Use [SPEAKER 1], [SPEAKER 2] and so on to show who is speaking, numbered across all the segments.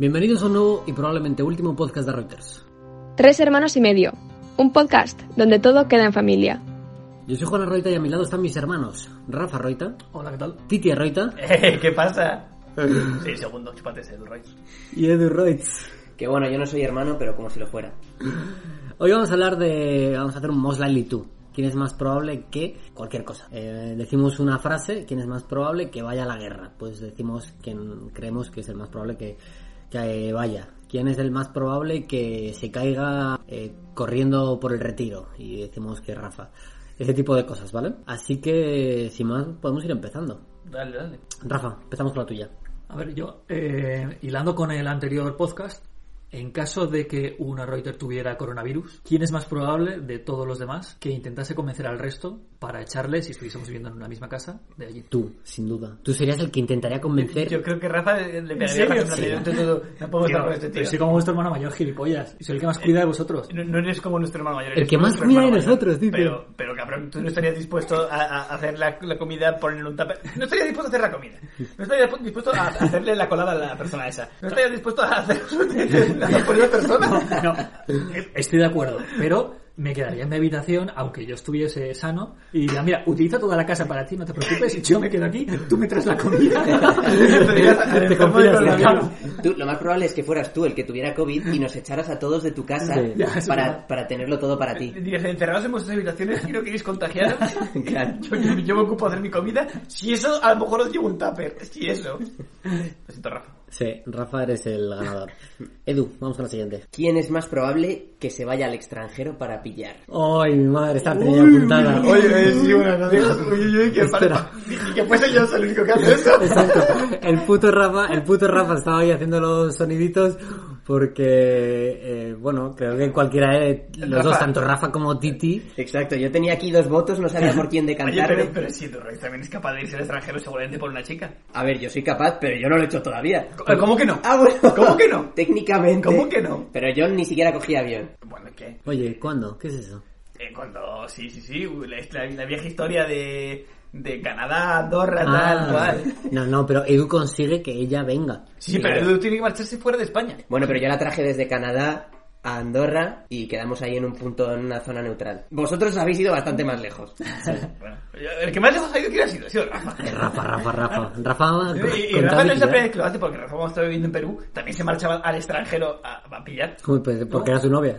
[SPEAKER 1] Bienvenidos a un nuevo y probablemente último podcast de Reuters.
[SPEAKER 2] Tres hermanos y medio, un podcast donde todo queda en familia.
[SPEAKER 1] Yo soy Juan Arroita y a mi lado están mis hermanos Rafa Arroita,
[SPEAKER 3] Hola, ¿qué tal?
[SPEAKER 1] Titi Arroita
[SPEAKER 3] Eh, ¿Qué pasa? Sí, segundo, chúpate ese, Roy.
[SPEAKER 1] y Edu Reutz.
[SPEAKER 4] Que bueno, yo no soy hermano, pero como si lo fuera.
[SPEAKER 1] Hoy vamos a hablar de... vamos a hacer un Most Likely To. ¿Quién es más probable que cualquier cosa? Eh, decimos una frase, ¿quién es más probable que vaya a la guerra? Pues decimos quién creemos que es el más probable que, que eh, vaya. ¿Quién es el más probable que se caiga eh, corriendo por el retiro? Y decimos que Rafa. Ese tipo de cosas, ¿vale? Así que, sin más, podemos ir empezando.
[SPEAKER 3] Dale, dale.
[SPEAKER 1] Rafa, empezamos con la tuya.
[SPEAKER 3] A ver, yo, eh, hilando con el anterior podcast, en caso de que una Reuter tuviera coronavirus, ¿quién es más probable de todos los demás que intentase convencer al resto para echarle si estuviésemos viviendo en una misma casa de allí?
[SPEAKER 1] Tú, sin duda. Tú serías el que intentaría convencer.
[SPEAKER 5] Yo creo que Rafa le pegaría
[SPEAKER 3] ¿En serio?
[SPEAKER 5] a Rafa en plan de, "Tú, tú, tú, No puedo estar con este
[SPEAKER 3] pero
[SPEAKER 5] tío.
[SPEAKER 3] soy como vuestro hermano mayor, gilipollas. Y soy el que más cuida de vosotros.
[SPEAKER 5] No, no eres como nuestro hermano mayor.
[SPEAKER 1] El
[SPEAKER 5] eres
[SPEAKER 1] que más
[SPEAKER 5] nuestro
[SPEAKER 1] cuida
[SPEAKER 5] hermano
[SPEAKER 1] de
[SPEAKER 5] mayor.
[SPEAKER 1] nosotros, dice.
[SPEAKER 5] Pero, pero cabrón, tú no estarías dispuesto a, a hacer la, la comida, ponerle un tupper. No estarías dispuesto a hacer la comida. No estarías pu- dispuesto a hacerle la colada a la persona esa. No estarías dispuesto a hacer nada por esa persona.
[SPEAKER 3] No, estoy de acuerdo, pero me quedaría en mi habitación aunque yo estuviese sano y diría, mira, utiliza toda la casa para ti, no te preocupes, yo me quedo aquí, tú me traes la comida.
[SPEAKER 5] Te confinas,
[SPEAKER 3] Claro.
[SPEAKER 5] claro.
[SPEAKER 4] Tú, lo más probable es que fueras tú el que tuviera COVID y nos echaras a todos de tu casa
[SPEAKER 1] Sí.
[SPEAKER 3] Ya, eso es
[SPEAKER 4] para,
[SPEAKER 3] verdad.
[SPEAKER 4] para tenerlo todo para ti.
[SPEAKER 5] Dirías, encerrados en vuestras habitaciones y no queréis contagiar.
[SPEAKER 4] Claro.
[SPEAKER 5] Yo, yo- yo me ocupo de hacer mi comida. Si eso, a lo mejor os llevo un tupper. Si eso. Lo siento, Rafa.
[SPEAKER 1] Sí, Rafa eres el ganador. Edu, vamos con la siguiente.
[SPEAKER 4] ¿Quién es más probable que se vaya al extranjero para pillar?
[SPEAKER 1] Ay, mi madre, está tenía apuntada.
[SPEAKER 5] Oye, eh, sí, una gracias. Uy, uy, uy, que
[SPEAKER 1] Espera.
[SPEAKER 5] para. Y que fuese yo el único que hace eso.
[SPEAKER 1] Exacto. El puto Rafa, el puto Rafa estaba ahí haciendo los soniditos porque, eh, bueno, creo que cualquiera de los
[SPEAKER 5] Rafa.
[SPEAKER 1] dos, tanto Rafa como Titi,
[SPEAKER 4] Exacto, yo tenía aquí dos votos, no sabía por quién
[SPEAKER 5] Oye,
[SPEAKER 4] decantarme.
[SPEAKER 5] pero, pero si tu rey también es capaz de irse al extranjero seguramente por una chica.
[SPEAKER 4] A ver, yo soy capaz, pero yo no lo he hecho todavía.
[SPEAKER 5] eh, ¿Cómo, que no?
[SPEAKER 4] Ah, bueno.
[SPEAKER 5] ¿Cómo que no?
[SPEAKER 4] Técnicamente.
[SPEAKER 5] ¿Cómo que no?
[SPEAKER 4] Pero yo ni siquiera cogí avión.
[SPEAKER 5] Bueno, ¿qué?
[SPEAKER 1] oye, ¿cuándo? ¿Qué es eso?
[SPEAKER 5] Eh, cuando... Sí, sí, sí. la- La, la vieja historia de... De Canadá, Andorra,
[SPEAKER 1] Ah.
[SPEAKER 5] tal, cual.
[SPEAKER 1] no, no, pero Edu consigue que ella venga.
[SPEAKER 5] Sí, pero Edu tiene que marcharse fuera de España.
[SPEAKER 4] Bueno, pero yo la traje desde Canadá a Andorra y quedamos ahí en un punto, en una zona neutral. Vosotros habéis ido bastante más lejos.
[SPEAKER 5] Bueno, el que más lejos ha ido, ¿quién ha sido? Ha sido Rafa.
[SPEAKER 1] Eh, Rafa, Rafa, Rafa. Rafa,
[SPEAKER 5] Y, y
[SPEAKER 1] con
[SPEAKER 5] Rafa no
[SPEAKER 1] toda
[SPEAKER 5] es la
[SPEAKER 1] habilidad.
[SPEAKER 5] primera vez que lo hace porque Rafa cuando estaba viviendo en Perú también se marchaba al extranjero a, a pillar.
[SPEAKER 1] Uy, pues, Porque era su novia.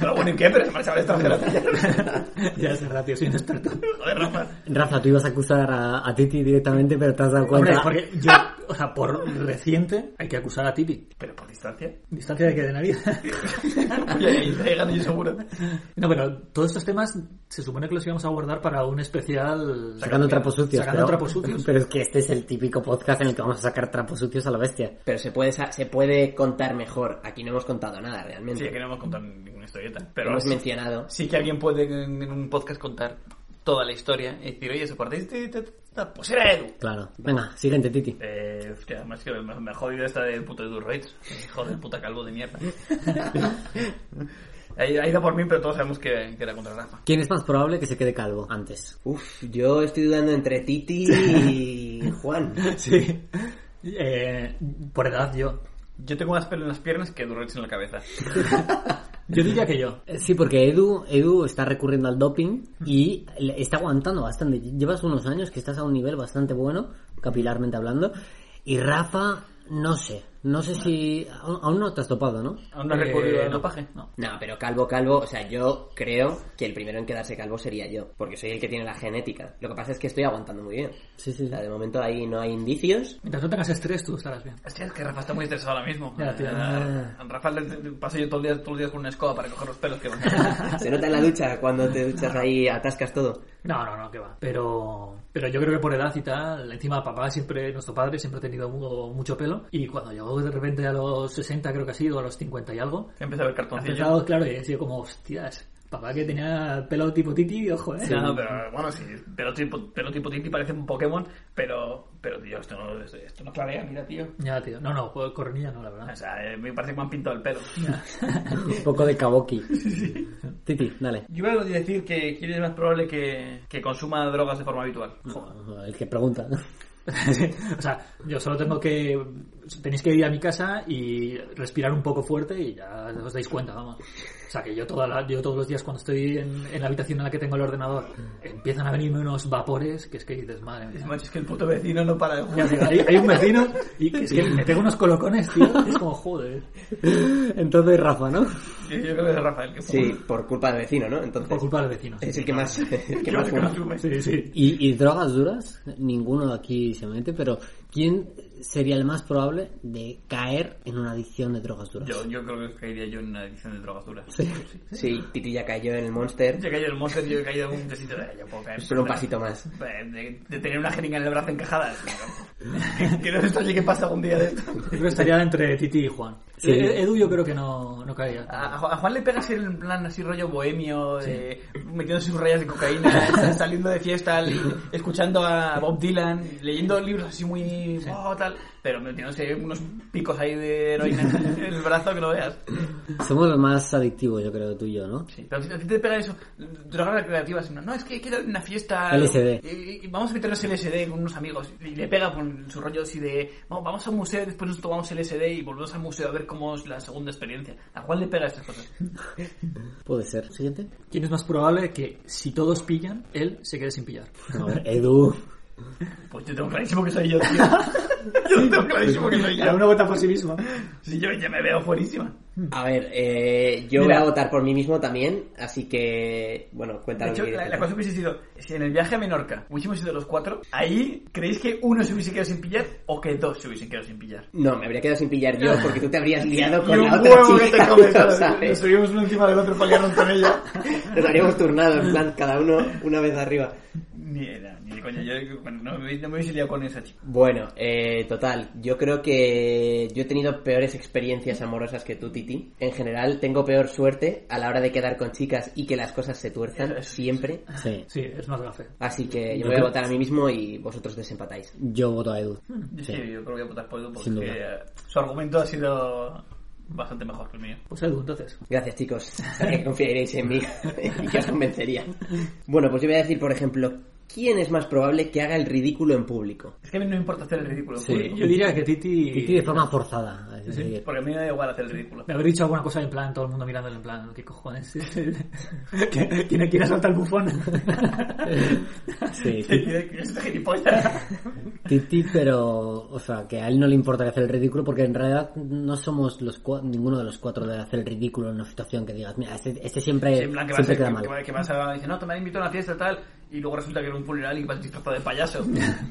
[SPEAKER 5] Pero bueno, ¿y qué? Pero se marchaba al extranjero a pillar.
[SPEAKER 3] Ya es verdad, tío, soy un experto.
[SPEAKER 5] Joder, Rafa.
[SPEAKER 1] Rafa, tú ibas a acusar a, a Titi directamente, pero te has dado cuenta.
[SPEAKER 3] Hombre, porque yo, o sea, por reciente hay que acusar a Tipi.
[SPEAKER 5] Pero por distancia.
[SPEAKER 3] Distancia de que de Navidad.
[SPEAKER 5] Oye, ahí está llegando yo seguro.
[SPEAKER 3] No, pero todos estos temas se supone que los íbamos a guardar para un especial...
[SPEAKER 1] Sacando trapos sucios.
[SPEAKER 3] Sacando
[SPEAKER 1] pero,
[SPEAKER 3] trapos sucios.
[SPEAKER 1] Pero es que este es el típico podcast en el que vamos a sacar trapos sucios a la bestia.
[SPEAKER 4] Pero se puede, sa- se puede contar mejor. Aquí no hemos contado nada realmente.
[SPEAKER 5] Sí, que no hemos contado ninguna historieta. Pero
[SPEAKER 4] hemos
[SPEAKER 5] sí,
[SPEAKER 4] mencionado.
[SPEAKER 5] sí que alguien puede en en un podcast contar toda la historia y decir, oye, ¿os acordáis de de- de- de- Pues era Edu.
[SPEAKER 1] Claro. Venga, siguiente, Titi.
[SPEAKER 5] Eh, hostia, además que me, me ha jodido esta del puto Edu Reitz. Hijo del puta calvo de mierda. Ha ha ido por mí, pero todos sabemos que, que era contra Rafa.
[SPEAKER 1] ¿Quién es más probable que se quede calvo antes?
[SPEAKER 4] Uf, yo estoy dudando entre Titi y Juan.
[SPEAKER 3] Sí. Eh, por edad yo.
[SPEAKER 5] Yo tengo más pelo en las piernas que Edu Reitz en la cabeza.
[SPEAKER 3] Yo diría que yo.
[SPEAKER 1] Eh, Sí, porque Edu, Edu está recurriendo al doping y le- está aguantando bastante. Llevas unos años que estás a un nivel bastante bueno, capilarmente hablando. Y Rafa, no sé. No sé si... Aún aún no te has topado, ¿no?
[SPEAKER 5] Aún no he
[SPEAKER 3] Eh,
[SPEAKER 5] recurrido al
[SPEAKER 3] no.
[SPEAKER 5] dopaje. No.
[SPEAKER 4] No, pero calvo, calvo, o sea, yo creo que el primero en quedarse calvo sería yo, porque soy el que tiene la genética. Lo que pasa es que estoy aguantando muy bien.
[SPEAKER 1] Sí, sí,
[SPEAKER 4] O
[SPEAKER 1] sí.
[SPEAKER 4] sea, de momento ahí no hay indicios.
[SPEAKER 3] Mientras no tengas estrés, tú estarás bien.
[SPEAKER 5] Hostia, es que Rafa está muy estresado ahora mismo.
[SPEAKER 3] Ya, tío.
[SPEAKER 5] Eh, a Rafa le, le- le paso yo todos los días, todos los días con una escoba para coger los pelos que van
[SPEAKER 4] Se nota en la ducha cuando te duchas ahí, atascas todo.
[SPEAKER 3] No, no, no, que va. Pero, pero yo creo que por edad y tal, encima papá siempre, nuestro padre siempre ha tenido mu- mucho pelo y cuando yo luego de repente a los 60 creo que ha sido, a los 50 y algo,
[SPEAKER 5] Empezó a ver
[SPEAKER 3] ha
[SPEAKER 5] cartoncillos.
[SPEAKER 3] empezado, claro, y he sido como, hostias, papá que tenía pelo tipo titi, ojo, eh.
[SPEAKER 5] No, pero bueno, sí, pero tipo, pero tipo Titi parece un Pokémon, pero, pero tío, esto no, esto, esto no clarea, mira, tío.
[SPEAKER 3] Ya, tío. No, no, co- cornilla no, la
[SPEAKER 5] O
[SPEAKER 3] verdad.
[SPEAKER 5] sea, eh, me parece que me han pintado el pelo.
[SPEAKER 1] Un poco de kaboki. Titi, dale.
[SPEAKER 5] Yo voy a decir que quién es más probable que, que consuma drogas de forma habitual.
[SPEAKER 1] El que pregunta.
[SPEAKER 3] o sea, yo solo tengo que... Tenéis que ir a mi casa y respirar un poco fuerte y ya os dais cuenta, vamos. O sea, que yo, toda la- yo todos los días cuando estoy en, en la habitación en la que tengo el ordenador empiezan a venirme unos vapores que es que dices, madre mía.
[SPEAKER 5] Macho, es que el puto vecino no para de
[SPEAKER 3] Ya, tío,
[SPEAKER 5] jugar.
[SPEAKER 3] hay, hay un vecino y que es que me pego unos colocones, tío. Es como, joder.
[SPEAKER 1] Entonces, Rafa, ¿no?
[SPEAKER 5] Yo, yo creo que es Rafael. Que
[SPEAKER 4] Sí, por culpa del vecino, ¿no? Entonces,
[SPEAKER 3] Por culpa del vecino.
[SPEAKER 4] es el que más, el que
[SPEAKER 5] Yo
[SPEAKER 4] más
[SPEAKER 5] creo
[SPEAKER 4] fuma.
[SPEAKER 5] que consume.
[SPEAKER 3] Sí, Eh, sí.
[SPEAKER 1] ¿Y, y drogas duras? Ninguno aquí se mete, pero ¿quién sería el más probable de caer en una adicción de drogas duras?
[SPEAKER 5] Yo, yo creo que caería yo en una adicción de drogas duras.
[SPEAKER 4] Sí, Titi ya cayó en el Monster,
[SPEAKER 5] Yo he caído en el monster, yo he caído en un besito de yo puedo caer.
[SPEAKER 4] solo un pasito más.
[SPEAKER 5] De, de- de tener una jeringa en el brazo encajada. Creo que esto sí que pasa algún día de esto.
[SPEAKER 3] Yo creo que estaría entre Titi y Juan.
[SPEAKER 1] Sí.
[SPEAKER 3] Eh, Edu yo creo que no, no caería.
[SPEAKER 5] A, a Ju- a Juan le pegas en plan así rollo bohemio, eh, metiendo sus rayas de cocaína, saliendo de fiesta, li- escuchando a Bob Dylan, leyendo libros así muy... "Oh, tal, pero metiéndose unos picos ahí de heroína en el brazo que lo veas.
[SPEAKER 1] Somos los más adictivos, yo creo, tú y yo, ¿no?
[SPEAKER 5] Sí, pero si a ti te pega eso, drogas recreativas, no, no, es que quiero ir a una fiesta...
[SPEAKER 1] LSD.
[SPEAKER 5] Y, y vamos a meternos LSD con unos amigos. Y le pega con su rollo así de, vamos, vamos a un museo, después nos tomamos LSD y volvemos al museo a ver cómo es la segunda experiencia. ¿A Juan le pega estas cosas?
[SPEAKER 1] Puede ser. Siguiente.
[SPEAKER 3] ¿Quién es más probable que si todos pillan, él se quede sin pillar?
[SPEAKER 1] A ver, Edu.
[SPEAKER 5] Pues yo tengo clarísimo que soy yo, tío. yo tengo clarísimo que soy yo.
[SPEAKER 3] vota por sí mismo.
[SPEAKER 5] Si yo ya me veo fuerísima.
[SPEAKER 4] A ver, eh, yo voy a votar por mí mismo también, así que, bueno,
[SPEAKER 5] De
[SPEAKER 4] cuéntalo.
[SPEAKER 5] hecho, la, la cosa hubiese sido, si en el viaje a Menorca hubiésemos ido los cuatro, ahí creéis que uno se hubiese quedado sin pillar o que dos se hubiesen quedado sin pillar.
[SPEAKER 4] No, me habría quedado sin pillar yo porque tú te habrías liado
[SPEAKER 5] Y
[SPEAKER 4] con
[SPEAKER 5] un
[SPEAKER 4] la otra
[SPEAKER 5] huevo que te
[SPEAKER 4] chica,
[SPEAKER 5] comes,
[SPEAKER 4] ¿no
[SPEAKER 5] ¿sabes? Nos
[SPEAKER 4] ¿sabes?
[SPEAKER 5] subimos uno encima del otro para liarnos con ella.
[SPEAKER 4] Nos habríamos turnado, en plan, cada uno una vez arriba.
[SPEAKER 5] Ni era, ni de coña. Yo bueno, no, me, no me hubiese liado con esa chica.
[SPEAKER 4] Bueno, eh, total, yo creo que yo he tenido peores experiencias amorosas que tú, Titi. En general, tengo peor suerte a la hora de quedar con chicas y que las cosas se tuerzan siempre.
[SPEAKER 1] Sí.
[SPEAKER 3] Sí, es más gafe.
[SPEAKER 4] Así que yo me voy a votar a mí mismo y vosotros desempatáis.
[SPEAKER 1] Yo voto a Edu.
[SPEAKER 5] Yo
[SPEAKER 1] Sí.
[SPEAKER 5] sí, yo creo que voy a votar por Edu
[SPEAKER 1] Sin
[SPEAKER 5] porque
[SPEAKER 1] duda.
[SPEAKER 5] eh, su argumento ha sido bastante mejor que el mío.
[SPEAKER 3] Pues Edu, entonces.
[SPEAKER 4] Gracias, chicos. Sé que confiaréis en mí y que os convencería. Bueno, pues yo voy a decir, por ejemplo, ¿quién es más probable que haga el ridículo en público?
[SPEAKER 5] Es que a mí no me importa hacer el ridículo.
[SPEAKER 1] Sí.
[SPEAKER 5] porque-
[SPEAKER 3] Yo diría que Titi...
[SPEAKER 1] Titi de forma forzada. así que-
[SPEAKER 5] Porque a mí me da igual hacer el ridículo.
[SPEAKER 3] Me haber dicho alguna cosa en plan, todo el mundo mirándole en plan, ¿qué cojones? ¿Quién quiere saltar el bufón?
[SPEAKER 1] Sí, Ti-
[SPEAKER 5] Es gilipollas.
[SPEAKER 1] Titi, pero, o sea, que a él no le importa hacer el ridículo porque en realidad no somos los cua- ninguno de los cuatro de hacer el ridículo en una situación que digas, mira, este, este siempre,
[SPEAKER 5] Sí, en plan que vas,
[SPEAKER 1] siempre
[SPEAKER 5] a,
[SPEAKER 1] queda
[SPEAKER 5] que,
[SPEAKER 1] mal.
[SPEAKER 5] que- que vas a dice, no, te me han invitado a una fiesta tal, y luego resulta que era un funeral y vas disfrazado de payaso.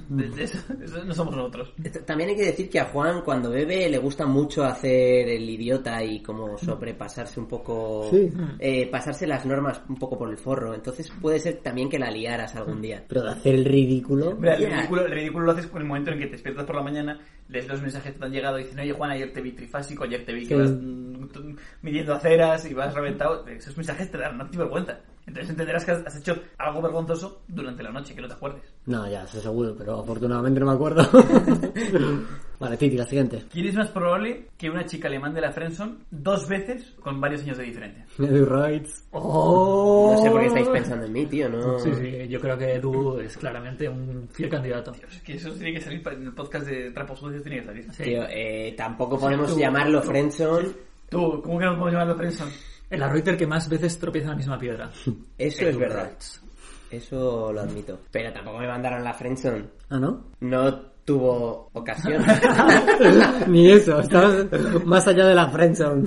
[SPEAKER 5] De- de eso, eso no somos nosotros.
[SPEAKER 4] Esto- También hay que decir que a Juan cuando bebe le gusta mucho hacer el idiota y como sobrepasarse un poco,
[SPEAKER 1] Sí.
[SPEAKER 4] eh, pasarse las normas un poco por el forro. Entonces puede ser también que la liaras algún día.
[SPEAKER 1] Pero de hacer el ridículo,
[SPEAKER 5] Mira, el,
[SPEAKER 4] Yeah.
[SPEAKER 5] ridículo, el ridículo lo haces con el momento en que te despiertas por la mañana, lees los mensajes que te han llegado y dicen, oye Juan, ayer te vi trifásico, ayer te vi que
[SPEAKER 1] Sí.
[SPEAKER 5] vas mm, t- midiendo aceras y vas reventado. Esos mensajes te dan una vergüenza. Entonces entenderás que has has hecho algo vergonzoso durante la noche, que no te acuerdes.
[SPEAKER 1] no, ya, eso seguro, pero afortunadamente no me acuerdo. vale, Titi, la siguiente.
[SPEAKER 5] ¿Quién es más probable que una chica le mande la friendzone dos veces con varios años de diferencia?
[SPEAKER 1] Edu Rights.
[SPEAKER 3] ¡Oh!
[SPEAKER 4] No sé por qué estáis pensando en mí, tío, ¿no?
[SPEAKER 3] Sí, sí, yo creo que Edu es claramente un fiel candidato.
[SPEAKER 5] Dios, es que eso tiene que salir pa- en el podcast de Trapos Sucios, tiene que salir.
[SPEAKER 3] Sí.
[SPEAKER 4] Tío, eh, tampoco podemos llamarlo friendzone.
[SPEAKER 5] Tú, ¿cómo que no podemos llamarlo friendzone?
[SPEAKER 3] El Reuter que más veces tropieza en la misma piedra.
[SPEAKER 4] Eso es verdad. Eso lo admito. Pero tampoco me mandaron la friendzone.
[SPEAKER 1] Ah, ¿no?
[SPEAKER 4] No tuvo ocasión.
[SPEAKER 1] Ni eso, estabas más allá de la friendzone.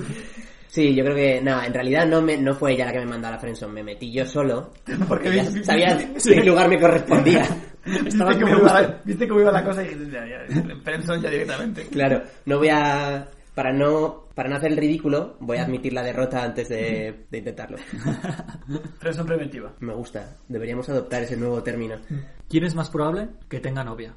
[SPEAKER 4] Sí, yo creo que, nada, en realidad no, me, no fue ella la que me mandó a la friendzone, me metí yo solo.
[SPEAKER 5] Porque
[SPEAKER 4] Ya
[SPEAKER 5] vi-
[SPEAKER 4] sabía qué lugar me correspondía.
[SPEAKER 5] Viste cómo, iba la, viste cómo iba la cosa y dijiste, ya, ya, el friendzone ya directamente.
[SPEAKER 4] Claro, no voy a... Para no, para no hacer el ridículo, voy a admitir la derrota antes de, de intentarlo.
[SPEAKER 5] Friendzone preventiva.
[SPEAKER 4] Me gusta, deberíamos adoptar ese nuevo término.
[SPEAKER 3] ¿Quién es más probable que tenga novia?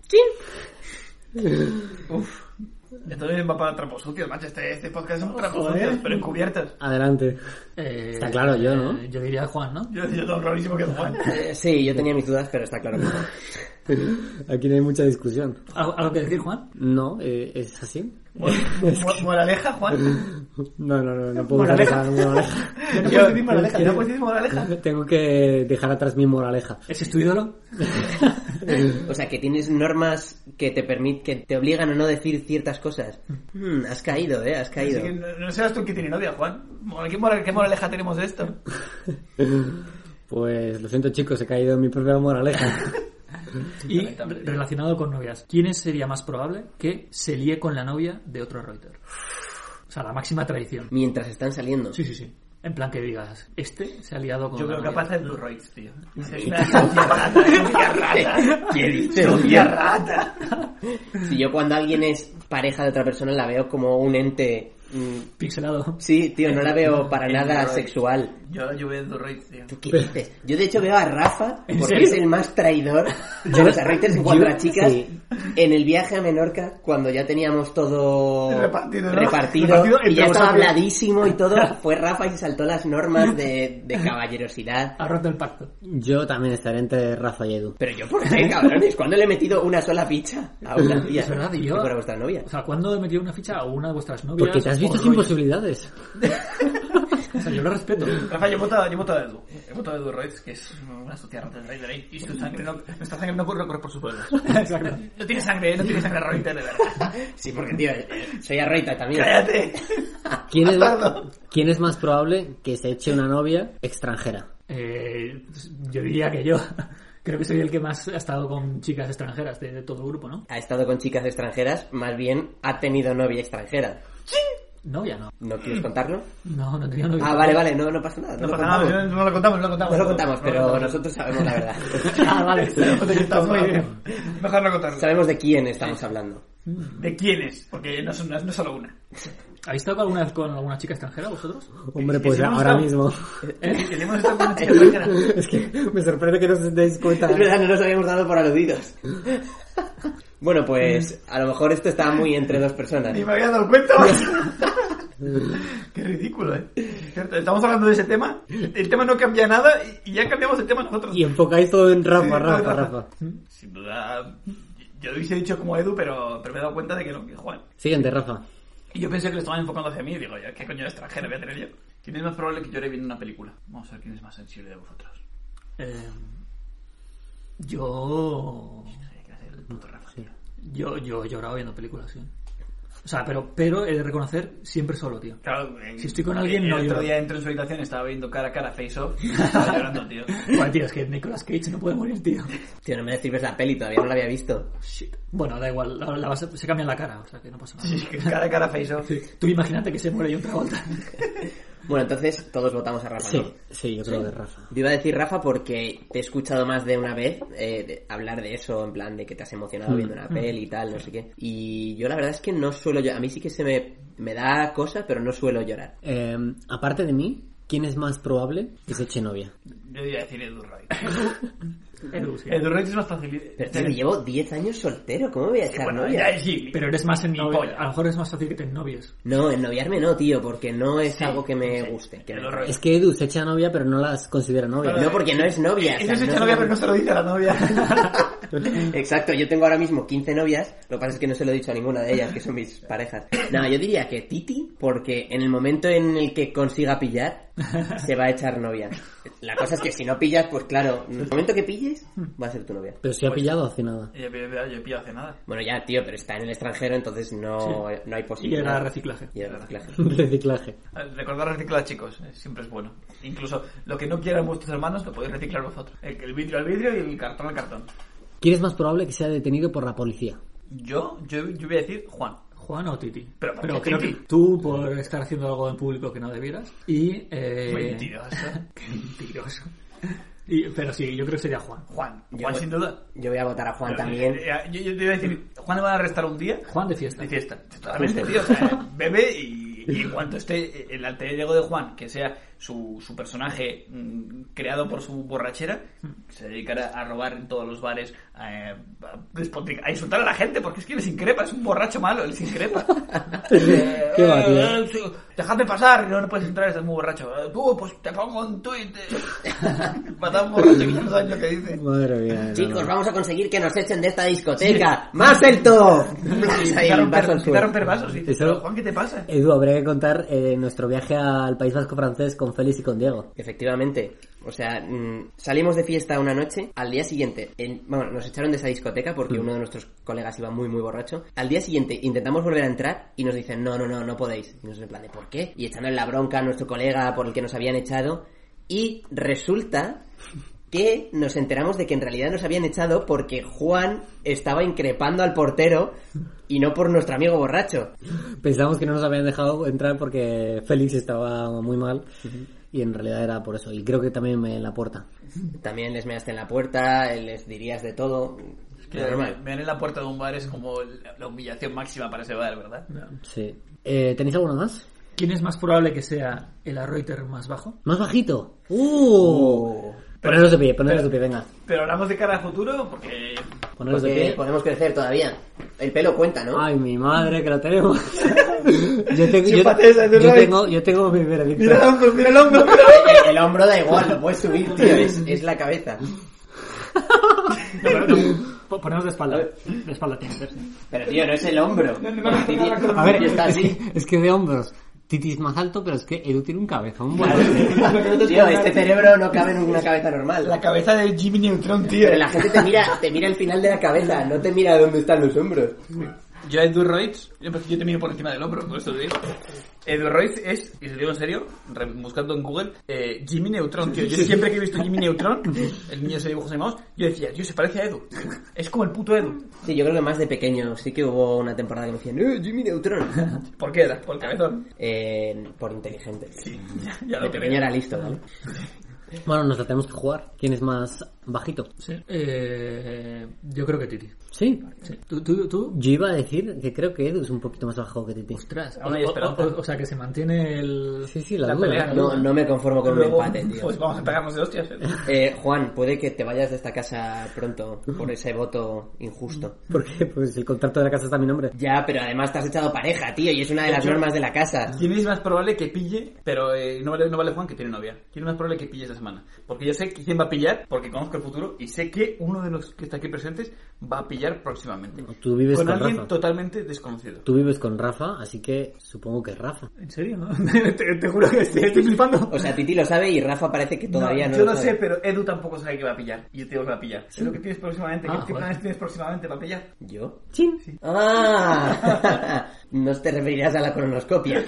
[SPEAKER 5] Entonces va para trapos sucios, macho. Este, este podcast son trapos sucios, pero encubiertos.
[SPEAKER 1] Adelante.
[SPEAKER 3] Eh,
[SPEAKER 1] Está claro, yo, ¿no?
[SPEAKER 3] eh, yo diría Juan, ¿no?
[SPEAKER 5] Yo, yo lo rarísimo que es Juan.
[SPEAKER 4] Eh, sí, yo tenía mis dudas, pero está claro que no.
[SPEAKER 1] Aquí no hay mucha discusión.
[SPEAKER 3] ¿Algo, algo que decir, Juan?
[SPEAKER 1] No, eh, es así.
[SPEAKER 5] Mor- mor- Moraleja, Juan.
[SPEAKER 1] No, no, no, no puedo
[SPEAKER 5] Moraleja.
[SPEAKER 1] dejar mi moraleja.
[SPEAKER 5] Yo no puedo decir moraleja.
[SPEAKER 1] yo-
[SPEAKER 5] Yo no puedo decir moraleja.
[SPEAKER 1] Tengo que dejar atrás mi moraleja.
[SPEAKER 3] ¿Ese es tu ídolo?
[SPEAKER 4] O sea, que tienes normas que te permiten, que te obligan a no decir ciertas cosas. Hmm, has caído, eh, has
[SPEAKER 5] Así
[SPEAKER 4] caído.
[SPEAKER 5] que no, no seas tú el que tiene novia, Juan. Mor- ¿Qué, moral- qué moraleja tenemos de esto?
[SPEAKER 1] Pues lo siento chicos, he caído en mi propia moraleja.
[SPEAKER 3] Y re- relacionado con novias, ¿quién sería más probable que se líe con la novia de otro Reuter? O sea, la máxima traición.
[SPEAKER 4] Mientras están saliendo.
[SPEAKER 3] Sí, sí, sí. En plan que digas, este se ha liado con
[SPEAKER 5] Yo
[SPEAKER 3] la
[SPEAKER 5] creo que
[SPEAKER 3] novia.
[SPEAKER 5] pasa el Blue Roids, tío. Es una novia rata, es novia rata.
[SPEAKER 4] ¿Qué dices?
[SPEAKER 5] Novia rata.
[SPEAKER 4] Si yo cuando alguien es pareja de otra persona la veo como un ente... mm,
[SPEAKER 3] Pixelado.
[SPEAKER 4] Sí, tío, no la veo para
[SPEAKER 5] En
[SPEAKER 4] nada
[SPEAKER 5] Android.
[SPEAKER 4] sexual.
[SPEAKER 5] Yo, yo veo el Blue Roids, tío.
[SPEAKER 4] ¿Tú qué dices? Yo de hecho veo a Rafa,
[SPEAKER 3] ¿En
[SPEAKER 4] porque
[SPEAKER 3] serio?
[SPEAKER 4] es el más traidor de los arreites en cuanto
[SPEAKER 1] yo-
[SPEAKER 4] a chicas,
[SPEAKER 1] sí.
[SPEAKER 4] en el viaje a Menorca, cuando ya teníamos todo
[SPEAKER 5] Repartido, ¿no?
[SPEAKER 4] repartido,
[SPEAKER 5] Repartido entre
[SPEAKER 4] y ya estaba
[SPEAKER 5] vosotros.
[SPEAKER 4] habladísimo y todo, fue Rafa y se saltó las normas de, de caballerosidad.
[SPEAKER 3] Ha roto el pacto.
[SPEAKER 1] Yo también estaré entre Rafa y Edu.
[SPEAKER 4] Pero yo, ¿por qué, cabrones? ¿Cuándo le he metido una sola ficha a una tía?
[SPEAKER 3] Es verdad, y yo-
[SPEAKER 4] ¿Y para vuestra novia?
[SPEAKER 3] O sea, ¿cuándo he metido una ficha a una de vuestras novias?
[SPEAKER 1] Porque te has visto
[SPEAKER 3] o
[SPEAKER 1] sin
[SPEAKER 3] Reuters?
[SPEAKER 1] posibilidades.
[SPEAKER 3] O sea, yo lo respeto.
[SPEAKER 5] Rafa, yo voto, yo voto a Edu. He votado a Edu Roids, que es una sucia rata del rey de rey. Y su sangre no, nuestra sangre no corre corre por sus pueblos.
[SPEAKER 3] Exacto.
[SPEAKER 5] No tiene sangre, no tiene sangre Roids, de verdad.
[SPEAKER 4] Sí, porque, tío, eh, soy arreita también.
[SPEAKER 5] Cállate.
[SPEAKER 1] ¿Quién es,
[SPEAKER 5] Bastardo.
[SPEAKER 1] ¿Quién es más probable que se eche una novia extranjera?
[SPEAKER 3] Eh, yo diría que yo. Creo que soy el que más ha estado con chicas extranjeras de, de todo el grupo, ¿no?
[SPEAKER 4] Ha estado con chicas extranjeras, más bien ha tenido novia extranjera.
[SPEAKER 3] Novia, no.
[SPEAKER 4] ¿No quieres contarlo?
[SPEAKER 3] No, no tenía novia.
[SPEAKER 4] Ah, vale, vale, no, no pasa nada. No,
[SPEAKER 5] No
[SPEAKER 4] lo
[SPEAKER 5] pasa
[SPEAKER 4] contamos.
[SPEAKER 5] nada, no lo contamos, no lo contamos.
[SPEAKER 4] No lo contamos,
[SPEAKER 5] No lo
[SPEAKER 4] pero
[SPEAKER 5] contamos.
[SPEAKER 4] nosotros sabemos la verdad.
[SPEAKER 3] Ah, vale.
[SPEAKER 5] Estamos
[SPEAKER 3] Muy
[SPEAKER 5] muy
[SPEAKER 3] bien.
[SPEAKER 5] bien. Mejor no contarlo.
[SPEAKER 4] Sabemos de quién estamos hablando.
[SPEAKER 5] ¿De quiénes? Porque no, son, no es solo una.
[SPEAKER 3] ¿Habéis estado alguna vez con alguna chica extranjera vosotros?
[SPEAKER 1] Hombre, pues
[SPEAKER 5] sí, me
[SPEAKER 1] ahora
[SPEAKER 5] gusta.
[SPEAKER 1] mismo.
[SPEAKER 5] Tenemos esta con una chica extranjera.
[SPEAKER 1] Es que me sorprende que no os deis cuenta.
[SPEAKER 4] Es verdad, no nos habíamos dado por aludidos. Bueno, pues a lo mejor esto está muy entre dos personas.
[SPEAKER 5] Ni me había dado cuenta. Qué ridículo, ¿eh? Es cierto, Estamos hablando de ese tema. El tema no cambia nada y- y ya cambiamos el tema nosotros.
[SPEAKER 1] Y enfocáis todo en
[SPEAKER 5] Sí,
[SPEAKER 1] Rafa,
[SPEAKER 5] todo en
[SPEAKER 1] Rafa,
[SPEAKER 5] Rafa.
[SPEAKER 1] Rafa.
[SPEAKER 5] Sin duda, yo hubiese dicho como Edu, pero, pero me he dado cuenta de que no, que Juan.
[SPEAKER 1] Siguiente, Rafa.
[SPEAKER 5] Y yo pensé que lo estaban enfocando hacia mí y digo, ya, ¿qué coño de extranjero voy a tener yo? ¿Quién es más probable que llore viendo una película? Vamos a ver quién es más sensible de vosotros.
[SPEAKER 3] Eh, yo...
[SPEAKER 5] Hay que hacer el puto Rafa, tío.
[SPEAKER 3] yo... Yo he llorado viendo películas, sí. O sea, pero, pero he de reconocer siempre solo, tío.
[SPEAKER 5] Claro, en-
[SPEAKER 3] Si estoy con alguien,
[SPEAKER 5] el
[SPEAKER 3] no
[SPEAKER 5] otro
[SPEAKER 3] lloro.
[SPEAKER 5] día entré en su habitación, estaba viendo cara a cara Face Off y estaba llorando, tío.
[SPEAKER 3] Joder, tío, es que Nicolas Cage no puede morir, tío.
[SPEAKER 4] Tío, no me describes la peli, todavía no la había visto.
[SPEAKER 3] Shit. Bueno, da igual, la, la vas a- se cambia la cara, o sea que no pasa nada.
[SPEAKER 5] Sí, que cara a cara Face Off.
[SPEAKER 3] Tú imagínate que se muere John Travolta.
[SPEAKER 4] Bueno, entonces todos votamos a Rafa.
[SPEAKER 1] Sí,
[SPEAKER 4] ¿no?
[SPEAKER 1] sí, yo creo que Rafa.
[SPEAKER 4] Yo iba a decir Rafa porque te he escuchado más de una vez eh, de- hablar de eso, en plan de que te has emocionado
[SPEAKER 5] Mm,
[SPEAKER 4] viendo una peli y tal, no sé qué. Y yo la verdad es que no suelo llorar. A mí sí que se me, me da cosa, pero no suelo llorar.
[SPEAKER 1] Eh, aparte de mí, ¿quién es más probable que se eche novia?
[SPEAKER 5] Yo iba a decir Edu Roy.
[SPEAKER 3] Edu, sí.
[SPEAKER 5] Edu Roy es más fácil. eh,
[SPEAKER 4] Pero tío, que llevo 10 años soltero, ¿cómo voy a echar
[SPEAKER 5] Bueno,
[SPEAKER 4] novia?
[SPEAKER 5] ya, sí.
[SPEAKER 3] Pero eres más en
[SPEAKER 5] Mi
[SPEAKER 3] novio.
[SPEAKER 5] polla.
[SPEAKER 3] A lo mejor es más fácil que te novies.
[SPEAKER 4] No, ennoviarme no, tío, porque no es
[SPEAKER 5] Sí,
[SPEAKER 4] algo que me
[SPEAKER 5] sí.
[SPEAKER 4] guste. que
[SPEAKER 5] Edu
[SPEAKER 4] me-
[SPEAKER 5] Roy.
[SPEAKER 1] Es que Edu se echa novia, pero no las considera novia.
[SPEAKER 4] No, porque no es novia. o sea,
[SPEAKER 5] Ella se
[SPEAKER 4] no
[SPEAKER 5] echa
[SPEAKER 4] es
[SPEAKER 5] novia,
[SPEAKER 4] una-
[SPEAKER 5] pero no se lo dice a la novia.
[SPEAKER 4] Exacto, yo tengo ahora mismo 15 novias, lo que pasa es que no se lo he dicho a ninguna de ellas, que son mis parejas. No, yo diría que Titi, porque en el momento en el que consiga pillar, se va a echar novia. La cosa es que si no pillas, pues claro, en el momento que pilles, va a ser tu novia.
[SPEAKER 1] Pero si ha pillado hace nada.
[SPEAKER 5] Yo he pillado hace nada.
[SPEAKER 4] Bueno, ya, tío, pero está en el extranjero, entonces no, no hay
[SPEAKER 3] Y
[SPEAKER 4] posibilidad.
[SPEAKER 3] era reciclaje.
[SPEAKER 4] Y era reciclaje.
[SPEAKER 1] Reciclaje.
[SPEAKER 5] Recordar reciclar, chicos, eh, siempre es bueno. Incluso lo que no quieran vuestros hermanos lo podéis reciclar vosotros. El, el vidrio al vidrio y el cartón al cartón.
[SPEAKER 1] ¿Quién es más probable que sea detenido por la policía?
[SPEAKER 5] Yo, yo, yo voy a decir Juan.
[SPEAKER 3] Juan o Titi.
[SPEAKER 5] Pero ¿por qué
[SPEAKER 3] creo
[SPEAKER 5] Titi?
[SPEAKER 3] que tú por estar haciendo algo en público que no debieras. Y. Eh...
[SPEAKER 5] Mentiroso.
[SPEAKER 3] Qué mentiroso. Y- pero sí, yo creo que sería Juan.
[SPEAKER 5] Juan,
[SPEAKER 4] Yo
[SPEAKER 5] Juan
[SPEAKER 4] voy-
[SPEAKER 5] sin duda.
[SPEAKER 4] Yo voy a votar a Juan
[SPEAKER 5] Pero,
[SPEAKER 4] también.
[SPEAKER 5] eh, Yo, yo te iba a decir, Juan le van a arrestar un día
[SPEAKER 3] Juan de fiesta.
[SPEAKER 5] de fiesta. Totalmente, tío. O sea, bebe y, y en cuanto esté el alter ego de Juan, que sea su, su personaje mm, creado por su borrachera, se dedicará a robar en todos los bares, a eh, a despotricar- a insultar a la gente, porque es que les increpa, es un borracho malo, les increpa.
[SPEAKER 1] Qué va, tío.
[SPEAKER 5] Eh, eh, sí, Dejadme pasar, no, no puedes entrar, estás muy borracho. Eh, Tú, pues te pongo un tuit. eh. Mata a un borracho que ya no sabe lo que dice.
[SPEAKER 1] Madre mía. no,
[SPEAKER 4] Chicos,
[SPEAKER 1] no.
[SPEAKER 4] vamos a conseguir que nos echen de esta discoteca. ¡Más el top! Ahí
[SPEAKER 5] Quita
[SPEAKER 4] el
[SPEAKER 5] romper,
[SPEAKER 4] vaso al
[SPEAKER 5] quita
[SPEAKER 4] suelo.
[SPEAKER 5] romper vasos. Y dices,
[SPEAKER 1] Eso-
[SPEAKER 5] pero, Juan, ¿qué te pasa?
[SPEAKER 1] Edu, habría que contar eh, nuestro viaje al País Vasco francés con Félix y con Diego.
[SPEAKER 4] Efectivamente. O sea, mm, salimos de fiesta una noche, al día siguiente, en- bueno, nos echaron de esa discoteca porque uno de nuestros colegas iba muy, muy borracho. Al día siguiente intentamos volver a entrar y nos dicen, no, no, no, no podéis. Y nos en plan de, ¿por qué? Y echando en la bronca a nuestro colega por el que nos habían echado. Y resulta que nos enteramos de que en realidad nos habían echado porque Juan estaba increpando al portero y no por nuestro amigo borracho.
[SPEAKER 1] Pensamos que no nos habían dejado entrar porque Félix estaba muy mal y en realidad era por eso. Y creo que también me en la puerta.
[SPEAKER 4] También les measte en la puerta, les dirías de todo.
[SPEAKER 5] Que
[SPEAKER 4] normal.
[SPEAKER 5] me dan en la puerta de un bar es como la, la humillación máxima para ese bar, ¿verdad?
[SPEAKER 1] Sí. Eh, ¿Tenéis alguno más?
[SPEAKER 3] ¿Quién es más probable que sea el Arreuter más bajo?
[SPEAKER 1] Más bajito. ¡Uh! Poneros de pie, poneros de pie, venga.
[SPEAKER 5] Pero hablamos de cara al futuro porque...
[SPEAKER 1] Poneros de
[SPEAKER 4] Porque
[SPEAKER 1] pie.
[SPEAKER 4] podemos crecer todavía. El pelo cuenta, ¿no?
[SPEAKER 1] Ay, mi madre, que lo tenemos. yo, tengo, yo,
[SPEAKER 4] Chúpate esa,
[SPEAKER 1] yo
[SPEAKER 4] Ferrari.
[SPEAKER 1] tengo, yo tengo mi veredicto.
[SPEAKER 4] hombro, mira el hombro. El hombro da igual, lo puedes subir, tío. Es, es la cabeza.
[SPEAKER 3] Ponemos de espalda. De espalda tiene que ser.
[SPEAKER 4] Pero, tío, no es el hombro.
[SPEAKER 1] A ver,
[SPEAKER 4] está
[SPEAKER 1] es
[SPEAKER 4] así.
[SPEAKER 1] que, es que de hombros. Titi es más alto, pero es que Edu tiene un cabezón. bueno.
[SPEAKER 4] Tío, este cerebro no cabe en una cabeza normal.
[SPEAKER 5] La cabeza de Jimmy Neutron, tío.
[SPEAKER 4] Pero la gente te mira, te mira el final de la cabeza, no te mira dónde están los hombros.
[SPEAKER 5] Yo a Edu Roitz, yo, pues, yo te miro por encima del hombro, por eso te digo. Edu Roitz es, y se lo digo en serio, re- buscando en Google, eh, Jimmy Neutron, tío. Yo siempre que he visto Jimmy Neutron, el niño de dibujos animados, yo decía, tío, se parece a Edu. Es como el puto Edu.
[SPEAKER 4] Sí, yo creo que más de pequeño sí que hubo una temporada que me decían, ¡Eh, Jimmy Neutron!
[SPEAKER 5] ¿Por qué era? Por el cabezón.
[SPEAKER 4] Eh, por inteligente.
[SPEAKER 5] Sí, ya, ya
[SPEAKER 4] De
[SPEAKER 5] lo
[SPEAKER 4] pequeño
[SPEAKER 5] creo.
[SPEAKER 4] era listo, ¿vale?
[SPEAKER 1] Bueno, nos la tenemos que jugar. ¿Quién es más bajito?
[SPEAKER 3] Sí. Eh, yo creo que Titi.
[SPEAKER 1] Sí.
[SPEAKER 3] Sí. ¿Tú, tú, tú?
[SPEAKER 1] Yo iba a decir que creo que Edu es un poquito más bajo que Titi.
[SPEAKER 3] Ostras.
[SPEAKER 5] Aún hay
[SPEAKER 3] o,
[SPEAKER 5] esperanza.
[SPEAKER 3] o- o- o sea, que se mantiene el...
[SPEAKER 1] Sí, sí, la,
[SPEAKER 5] La
[SPEAKER 1] duda.
[SPEAKER 5] pelea.
[SPEAKER 4] No, no me conformo con un
[SPEAKER 5] Luego,
[SPEAKER 4] empate, tío.
[SPEAKER 5] Pues vamos a pegarnos de hostias, eh.
[SPEAKER 4] Eh, Juan, puede que te vayas de esta casa pronto por ese voto injusto.
[SPEAKER 1] Porque pues el contrato de la casa está a mi nombre.
[SPEAKER 4] Ya, pero además te has echado pareja, tío, y es una de las normas de la casa.
[SPEAKER 5] ¿Quién es más probable que pille? Pero eh, no, vale, no vale Juan que tiene novia. ¿Quién es más probable que pille esta semana? Porque yo sé que quién va a pillar, porque conozco el futuro y sé que uno de los que está aquí presentes va a pillar próximamente.
[SPEAKER 1] Tú vives
[SPEAKER 5] con,
[SPEAKER 1] con
[SPEAKER 5] alguien
[SPEAKER 1] Rafa.
[SPEAKER 5] totalmente desconocido.
[SPEAKER 1] Tú vives con Rafa, así que supongo que es Rafa.
[SPEAKER 3] ¿En serio? no? te, te juro que estoy, estoy flipando.
[SPEAKER 4] O sea, Titi lo sabe y Rafa parece que todavía no,
[SPEAKER 5] yo
[SPEAKER 4] lo
[SPEAKER 5] no sé,
[SPEAKER 4] sabe.
[SPEAKER 5] pero Edu tampoco sabe que va a pillar. Y yo te digo que va a pillar. Es lo que tienes próximamente.
[SPEAKER 3] Ah,
[SPEAKER 5] ¿Qué- ¿Qué
[SPEAKER 3] joder.
[SPEAKER 5] planes tienes próximamente para pillar?
[SPEAKER 4] ¿Yo?
[SPEAKER 1] ¡Chin!
[SPEAKER 4] ¡Ah! no te referirás a la colonoscopia.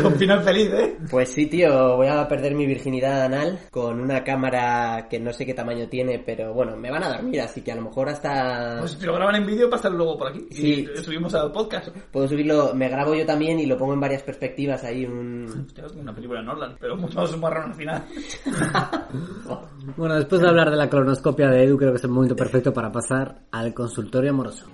[SPEAKER 5] con final feliz, ¿eh?
[SPEAKER 4] Pues sí, tío, voy a perder mi virginidad anal con una cámara que no sé qué tamaño tiene, pero bueno, me van a dormir, así que a lo mejor hasta...
[SPEAKER 5] Pues si lo graban en vídeo, pásalo luego por aquí.
[SPEAKER 4] Ah. Sí.
[SPEAKER 5] Y lo subimos al podcast.
[SPEAKER 4] Puedo subirlo, me grabo yo también y lo pongo en varias perspectivas ahí un...
[SPEAKER 5] Hostia, es como una película de Norland, pero mucho más un marrón al final.
[SPEAKER 1] Bueno, después de hablar de la colonoscopia de Edu, creo que es el momento perfecto para pasar al consultorio amoroso.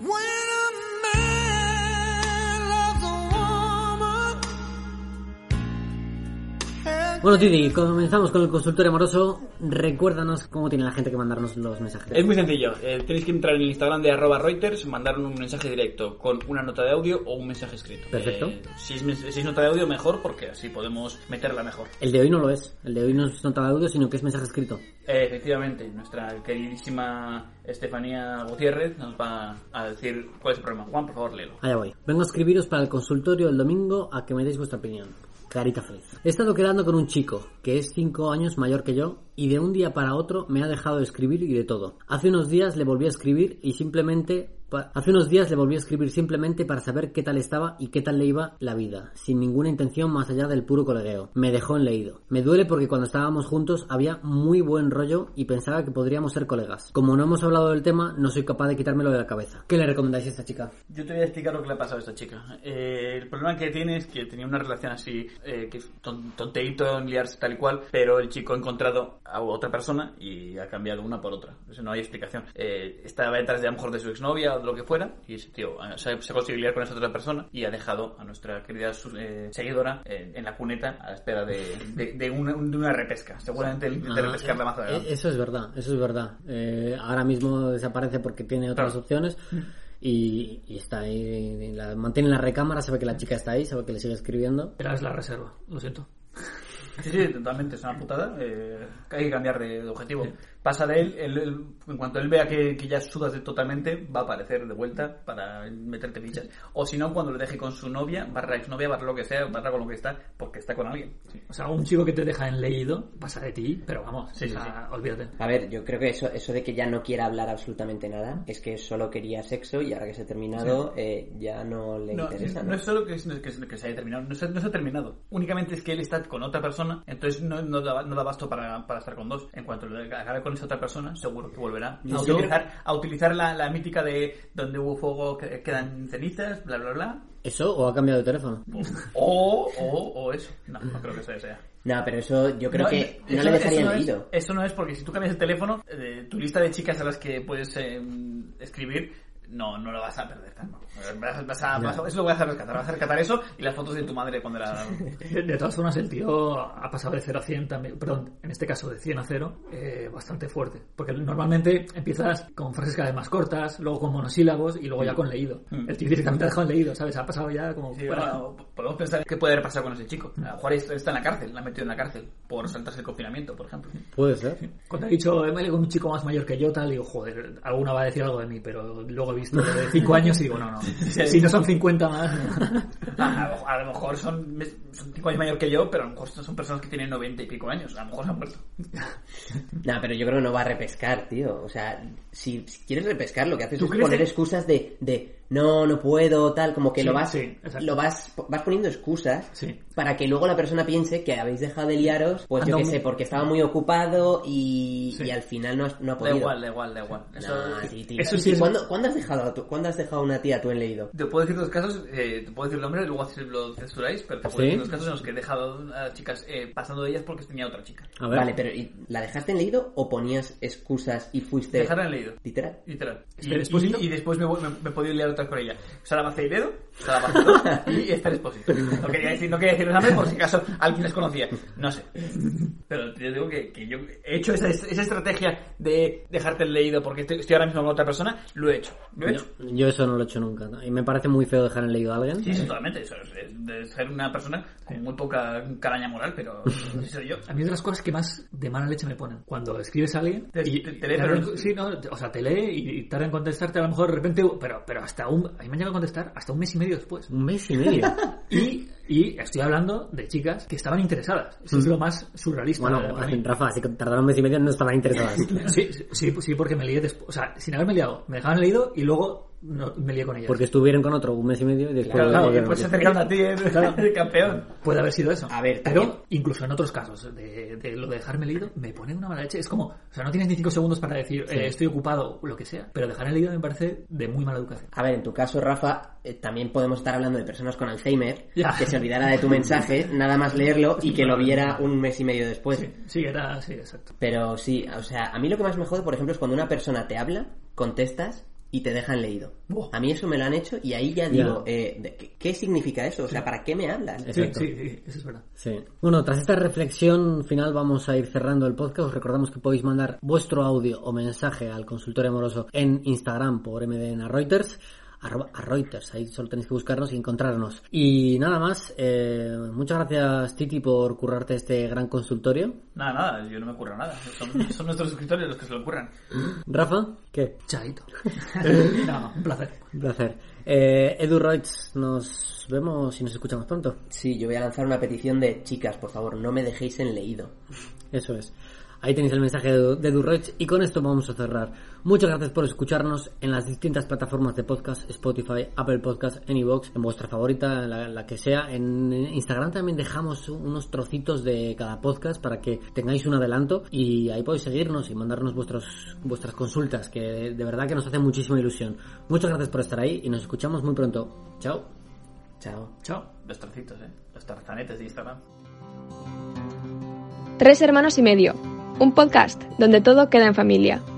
[SPEAKER 1] Bueno, Titi, comenzamos con el consultorio amoroso. Recuérdanos cómo tiene la gente que mandarnos los mensajes.
[SPEAKER 5] Es muy sencillo. eh, tenéis que entrar en el Instagram de arroba Reuters, mandar un mensaje directo con una nota de audio o un mensaje escrito.
[SPEAKER 1] Perfecto.
[SPEAKER 5] Eh, si, es, mes- si es nota de audio, mejor, porque así podemos meterla mejor.
[SPEAKER 1] El de hoy no lo es. El de hoy no es nota de audio, sino que es mensaje escrito.
[SPEAKER 5] Eh, efectivamente, nuestra queridísima Estefanía Gutiérrez nos va a decir cuál es el problema. Juan, por favor, léelo.
[SPEAKER 1] Allá voy. Vengo a escribiros para el consultorio el domingo a que me deis vuestra opinión. Carita feliz. He estado quedando con un chico que es 5 años mayor que yo y de un día para otro me ha dejado de escribir y de todo. Hace unos días le volví a escribir y simplemente... pa- Hace unos días le volví a escribir simplemente para saber qué tal estaba y qué tal le iba la vida, sin ninguna intención más allá del puro colegueo. Me dejó en leído. Me duele porque cuando estábamos juntos había muy buen rollo y pensaba que podríamos ser colegas. Como no hemos hablado del tema, no soy capaz de quitármelo de la cabeza. ¿Qué le recomendáis a esta chica?
[SPEAKER 5] Yo te voy a explicar lo que le ha pasado a esta chica. Eh, el problema que tiene es que tenía una relación así, eh, que es ton- tonteíto, en liarse tal y cual, pero el chico ha encontrado a otra persona y ha cambiado una por otra. Eso no hay explicación. Eh, estaba detrás de a lo mejor de su exnovia o de lo que fuera y ese tío eh, se se ha conseguido liar con esa otra persona y ha dejado a nuestra querida su- eh, seguidora eh, en la cuneta a la espera de, de- de una, de una repesca. Seguramente él intente
[SPEAKER 1] Ah,
[SPEAKER 5] repescarla más
[SPEAKER 1] eh,
[SPEAKER 5] adelante.
[SPEAKER 1] Eso es verdad, eso es verdad. Eh, ahora mismo desaparece porque tiene otras
[SPEAKER 5] Claro.
[SPEAKER 1] opciones y, y está ahí, en la, mantiene la recámara, sabe que la chica está ahí, sabe que le sigue escribiendo.
[SPEAKER 3] Era la reserva, lo siento.
[SPEAKER 5] Sí, sí, totalmente, es una putada. eh, hay que cambiar de, de objetivo. Pasa de él, él- él- en cuanto él vea que, que ya sudas de- totalmente, va a aparecer de vuelta para meterte fichas. O si no, cuando le deje con su novia, barra exnovia, barra lo que sea, barra con lo que está, porque está con alguien.
[SPEAKER 3] O sea, un chico que te deja en leído pasa de ti, pero vamos,
[SPEAKER 5] Sí,
[SPEAKER 3] o
[SPEAKER 5] sí,
[SPEAKER 3] sea, olvídate.
[SPEAKER 4] A ver, yo creo que eso, eso de que ya no quiera hablar absolutamente nada es que solo quería sexo y ahora que se ha terminado eh, ya no le
[SPEAKER 5] No,
[SPEAKER 4] interesa.
[SPEAKER 5] no
[SPEAKER 4] ¿no?
[SPEAKER 5] es solo que, que- que se haya terminado, no se, no se ha terminado. Únicamente es que él está con otra persona, entonces no, no, da, no da basto para, para estar con dos. En cuanto le acabe con esa otra persona, seguro que volverá a
[SPEAKER 4] yo-
[SPEAKER 5] utilizar, a utilizar la, la mítica de donde hubo fuego que- quedan cenizas, bla, bla, bla.
[SPEAKER 1] ¿Eso o ha cambiado de teléfono?
[SPEAKER 5] O, o, o eso. No, no creo que eso sea.
[SPEAKER 4] No, pero eso yo creo que no le
[SPEAKER 5] eso
[SPEAKER 4] dejaría
[SPEAKER 5] no
[SPEAKER 4] el
[SPEAKER 5] es-
[SPEAKER 4] hilo.
[SPEAKER 5] Eso no es porque si tú cambias el teléfono, eh, tu lista de chicas a las que puedes eh, escribir, no, no la vas a perder. ¿no? Vas, vas a, vas a- eso lo vas a rescatar. Vas a rescatar eso y las fotos de tu madre cuando era...
[SPEAKER 3] De, de todas formas, el tío ha pasado de 0 a 100 también, perdón, en este caso de 100 a 0, eh, bastante fuerte. Porque normalmente empiezas con frases cada vez más cortas, luego con monosílabos y luego ya con leído. El tío directamente ha dejado en leído, ¿sabes? Ha pasado ya como...
[SPEAKER 5] Mm. Sí,
[SPEAKER 3] fuera.
[SPEAKER 5] bueno, podemos pensar qué puede haber pasado con ese chico. A lo mejor es- está en la cárcel, la han metido en la cárcel por saltarse el confinamiento, por ejemplo.
[SPEAKER 1] Puede ser.
[SPEAKER 3] Cuando he dicho, he con un chico más mayor que yo, tal, digo, joder, alguna va a decir algo de mí, pero luego he visto lo de 5 años y digo, no, no, si no son 50 más... no.
[SPEAKER 5] A, lo- a lo mejor son, son cinco años mayor que yo, pero a lo mejor son personas que tienen 90 y pico años. A lo mejor se han muerto.
[SPEAKER 4] No, pero yo creo que no va a repescar, tío. O sea, si, si quieres repescar, lo que haces
[SPEAKER 5] ¿Tú
[SPEAKER 4] es
[SPEAKER 5] crees
[SPEAKER 4] poner
[SPEAKER 5] que-
[SPEAKER 4] excusas de, de no, no puedo, tal, como que
[SPEAKER 3] Sí,
[SPEAKER 4] lo vas,
[SPEAKER 3] sí, exacto.
[SPEAKER 4] lo vas, vas poniendo excusas
[SPEAKER 3] Sí.
[SPEAKER 4] para que luego la persona piense que habéis dejado de liaros, pues yo
[SPEAKER 3] Ando
[SPEAKER 4] qué
[SPEAKER 3] muy-
[SPEAKER 4] sé, porque estaba muy ocupado y,
[SPEAKER 3] Sí.
[SPEAKER 4] y al final no, has- no ha
[SPEAKER 5] Da
[SPEAKER 4] podido.
[SPEAKER 5] igual, da igual, da igual. Eso-
[SPEAKER 4] Nah, sí, tío.
[SPEAKER 3] Eso
[SPEAKER 4] ¿Y
[SPEAKER 3] sí es-
[SPEAKER 4] ¿Cuándo, cuándo has dejado a tu- cuándo has dejado a una tía tú en leído?
[SPEAKER 5] Te puedo decir dos casos, eh, te puedo decir el nombre, luego así lo censuráis, pero te puedo
[SPEAKER 1] ¿Sí?
[SPEAKER 5] decir dos casos en los que he dejado a chicas eh, pasando de ellas porque tenía otra chica.
[SPEAKER 1] A ver.
[SPEAKER 4] Vale, pero ¿y ¿la dejaste en leído o ponías excusas y fuiste...
[SPEAKER 5] Dejarla en leído.
[SPEAKER 4] Literal.
[SPEAKER 5] Literal. Y,
[SPEAKER 3] Esther Espósito.
[SPEAKER 5] y- y después me, me, me he podido liar otras con ella. Sara Baceiredo, Sara Baceiredo y Esther Espósito. No quería decir, no quería decir los nombres por si acaso alguien les conocía. No sé. Pero te digo que, que yo he hecho esa, esa estrategia de dejarte el leído porque estoy, estoy ahora mismo con otra persona, lo he hecho. Lo he hecho.
[SPEAKER 1] Yo, yo eso no lo he hecho nunca. ¿no? Y me parece muy feo dejar en leído a alguien.
[SPEAKER 5] Sí, sí, totalmente. Eso es, es de ser una persona con muy poca caraña moral, pero así soy yo.
[SPEAKER 3] A mí es de las cosas que más de mala leche me ponen. Cuando escribes a alguien...
[SPEAKER 5] Te-
[SPEAKER 3] y-
[SPEAKER 5] te- te lee,
[SPEAKER 3] tarda en-
[SPEAKER 5] pero-
[SPEAKER 3] Sí, no, o sea, te lee y, y tarda en contestarte a lo mejor de repente... Pero, pero hasta un... A mí me han llegado a contestar hasta un mes y medio después.
[SPEAKER 1] Un mes y medio.
[SPEAKER 3] Y, y estoy hablando de chicas que estaban interesadas. Eso es lo más surrealista.
[SPEAKER 1] bueno,
[SPEAKER 3] para mí.
[SPEAKER 1] Rafa, así que tardaron un mes y medio, no estaban interesadas.
[SPEAKER 3] Sí, sí, sí, porque me lié después. O sea, sin haberme liado. Me dejaban leído y luego no- me lié con ellas.
[SPEAKER 1] Porque estuvieron con otro un mes y medio y después...
[SPEAKER 5] Claro,
[SPEAKER 1] volvieron
[SPEAKER 5] claro,
[SPEAKER 1] a
[SPEAKER 5] pues se
[SPEAKER 1] ti.
[SPEAKER 5] acercaron a ti, ¿eh? campeón.
[SPEAKER 3] Puede haber sido eso.
[SPEAKER 4] A ver, también-
[SPEAKER 3] pero incluso en otros casos, de, de lo de dejarme leído, me pone una mala leche. Es como, o sea, no tienes ni cinco segundos para decir eh, estoy ocupado o lo que sea, pero dejarme leído me parece de muy mala educación.
[SPEAKER 4] A ver, en tu caso, Rafa, eh, también podemos estar hablando de personas con Alzheimer
[SPEAKER 3] Ya.
[SPEAKER 4] que se olvidara de tu mensaje, nada más leerlo y que lo viera un mes y medio después.
[SPEAKER 3] Sí, era, sí, exacto.
[SPEAKER 4] Pero sí, o sea, a mí lo que más me jode, por ejemplo, es cuando una persona te habla, contestas y te dejan leído.
[SPEAKER 3] Buah.
[SPEAKER 4] A mí eso me lo han hecho y ahí ya digo, eh, de- ¿qué- ¿qué significa eso? O sea, ¿para qué me hablas?
[SPEAKER 3] Sí,
[SPEAKER 1] Exacto.
[SPEAKER 3] sí, sí, eso es verdad.
[SPEAKER 1] Sí. Bueno, tras esta reflexión final vamos a ir cerrando el podcast. Os recordamos que podéis mandar vuestro audio o mensaje al consultorio amoroso en Instagram por MDN a Reuters. arroba- A Reuters, ahí solo tenéis que buscarnos y encontrarnos. Y nada más, eh, muchas gracias Titi por currarte este gran consultorio.
[SPEAKER 5] Nada, nada, yo no me ocurro nada. Son, son nuestros suscriptores los que se lo ocurran.
[SPEAKER 1] Rafa, ¿qué?
[SPEAKER 3] Chaito. no, un placer.
[SPEAKER 1] Un placer. Eh, Edu Reuters, nos vemos y nos escuchamos pronto.
[SPEAKER 4] Sí, yo voy a lanzar una petición de chicas, por favor, no me dejéis en leído.
[SPEAKER 1] Eso es. Ahí tenéis el mensaje de de Durroch y con esto vamos a cerrar. Muchas gracias por escucharnos en las distintas plataformas de podcast, Spotify, Apple Podcast, Anybox, en vuestra favorita, en la, la que sea. En Instagram también dejamos unos trocitos de cada podcast para que tengáis un adelanto y ahí podéis seguirnos y mandarnos vuestros, vuestras consultas, que de verdad que nos hace muchísima ilusión. Muchas gracias por estar ahí y nos escuchamos muy pronto. Chao.
[SPEAKER 4] Chao.
[SPEAKER 3] Chao.
[SPEAKER 5] Los trocitos, ¿eh? Los tarzanetes de Instagram.
[SPEAKER 2] Tres hermanos y medio, un podcast donde todo queda en familia.